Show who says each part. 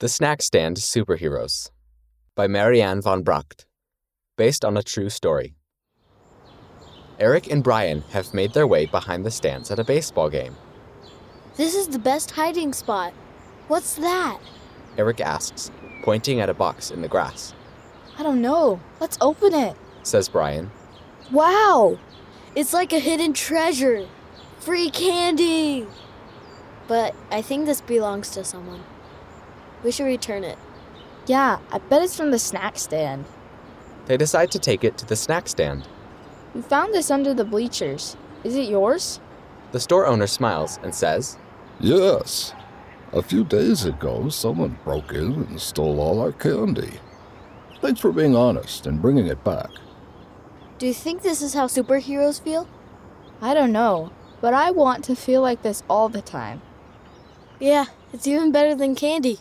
Speaker 1: The Snack Stand Superheroes by Marianne von Bracht. Based on a true story. Eric and Brian have made their way behind the stands at a baseball game.
Speaker 2: This is the best hiding spot. What's that?
Speaker 1: Eric asks, pointing at a box in the grass.
Speaker 2: I don't know. Let's open it.
Speaker 1: Says Brian,
Speaker 2: Wow! It's like a hidden treasure. Free candy! But I think this belongs to someone. We should return it.
Speaker 3: Yeah, I bet it's from the snack stand.
Speaker 1: They decide to take it to the snack stand.
Speaker 3: We found this under the bleachers. Is it yours?
Speaker 1: The store owner smiles and says,
Speaker 4: Yes. A few days ago, someone broke in and stole all our candy. Thanks for being honest and bringing it back.
Speaker 2: Do you think this is how superheroes feel?
Speaker 3: I don't know, but I want to feel like this all the time.
Speaker 2: Yeah, it's even better than candy.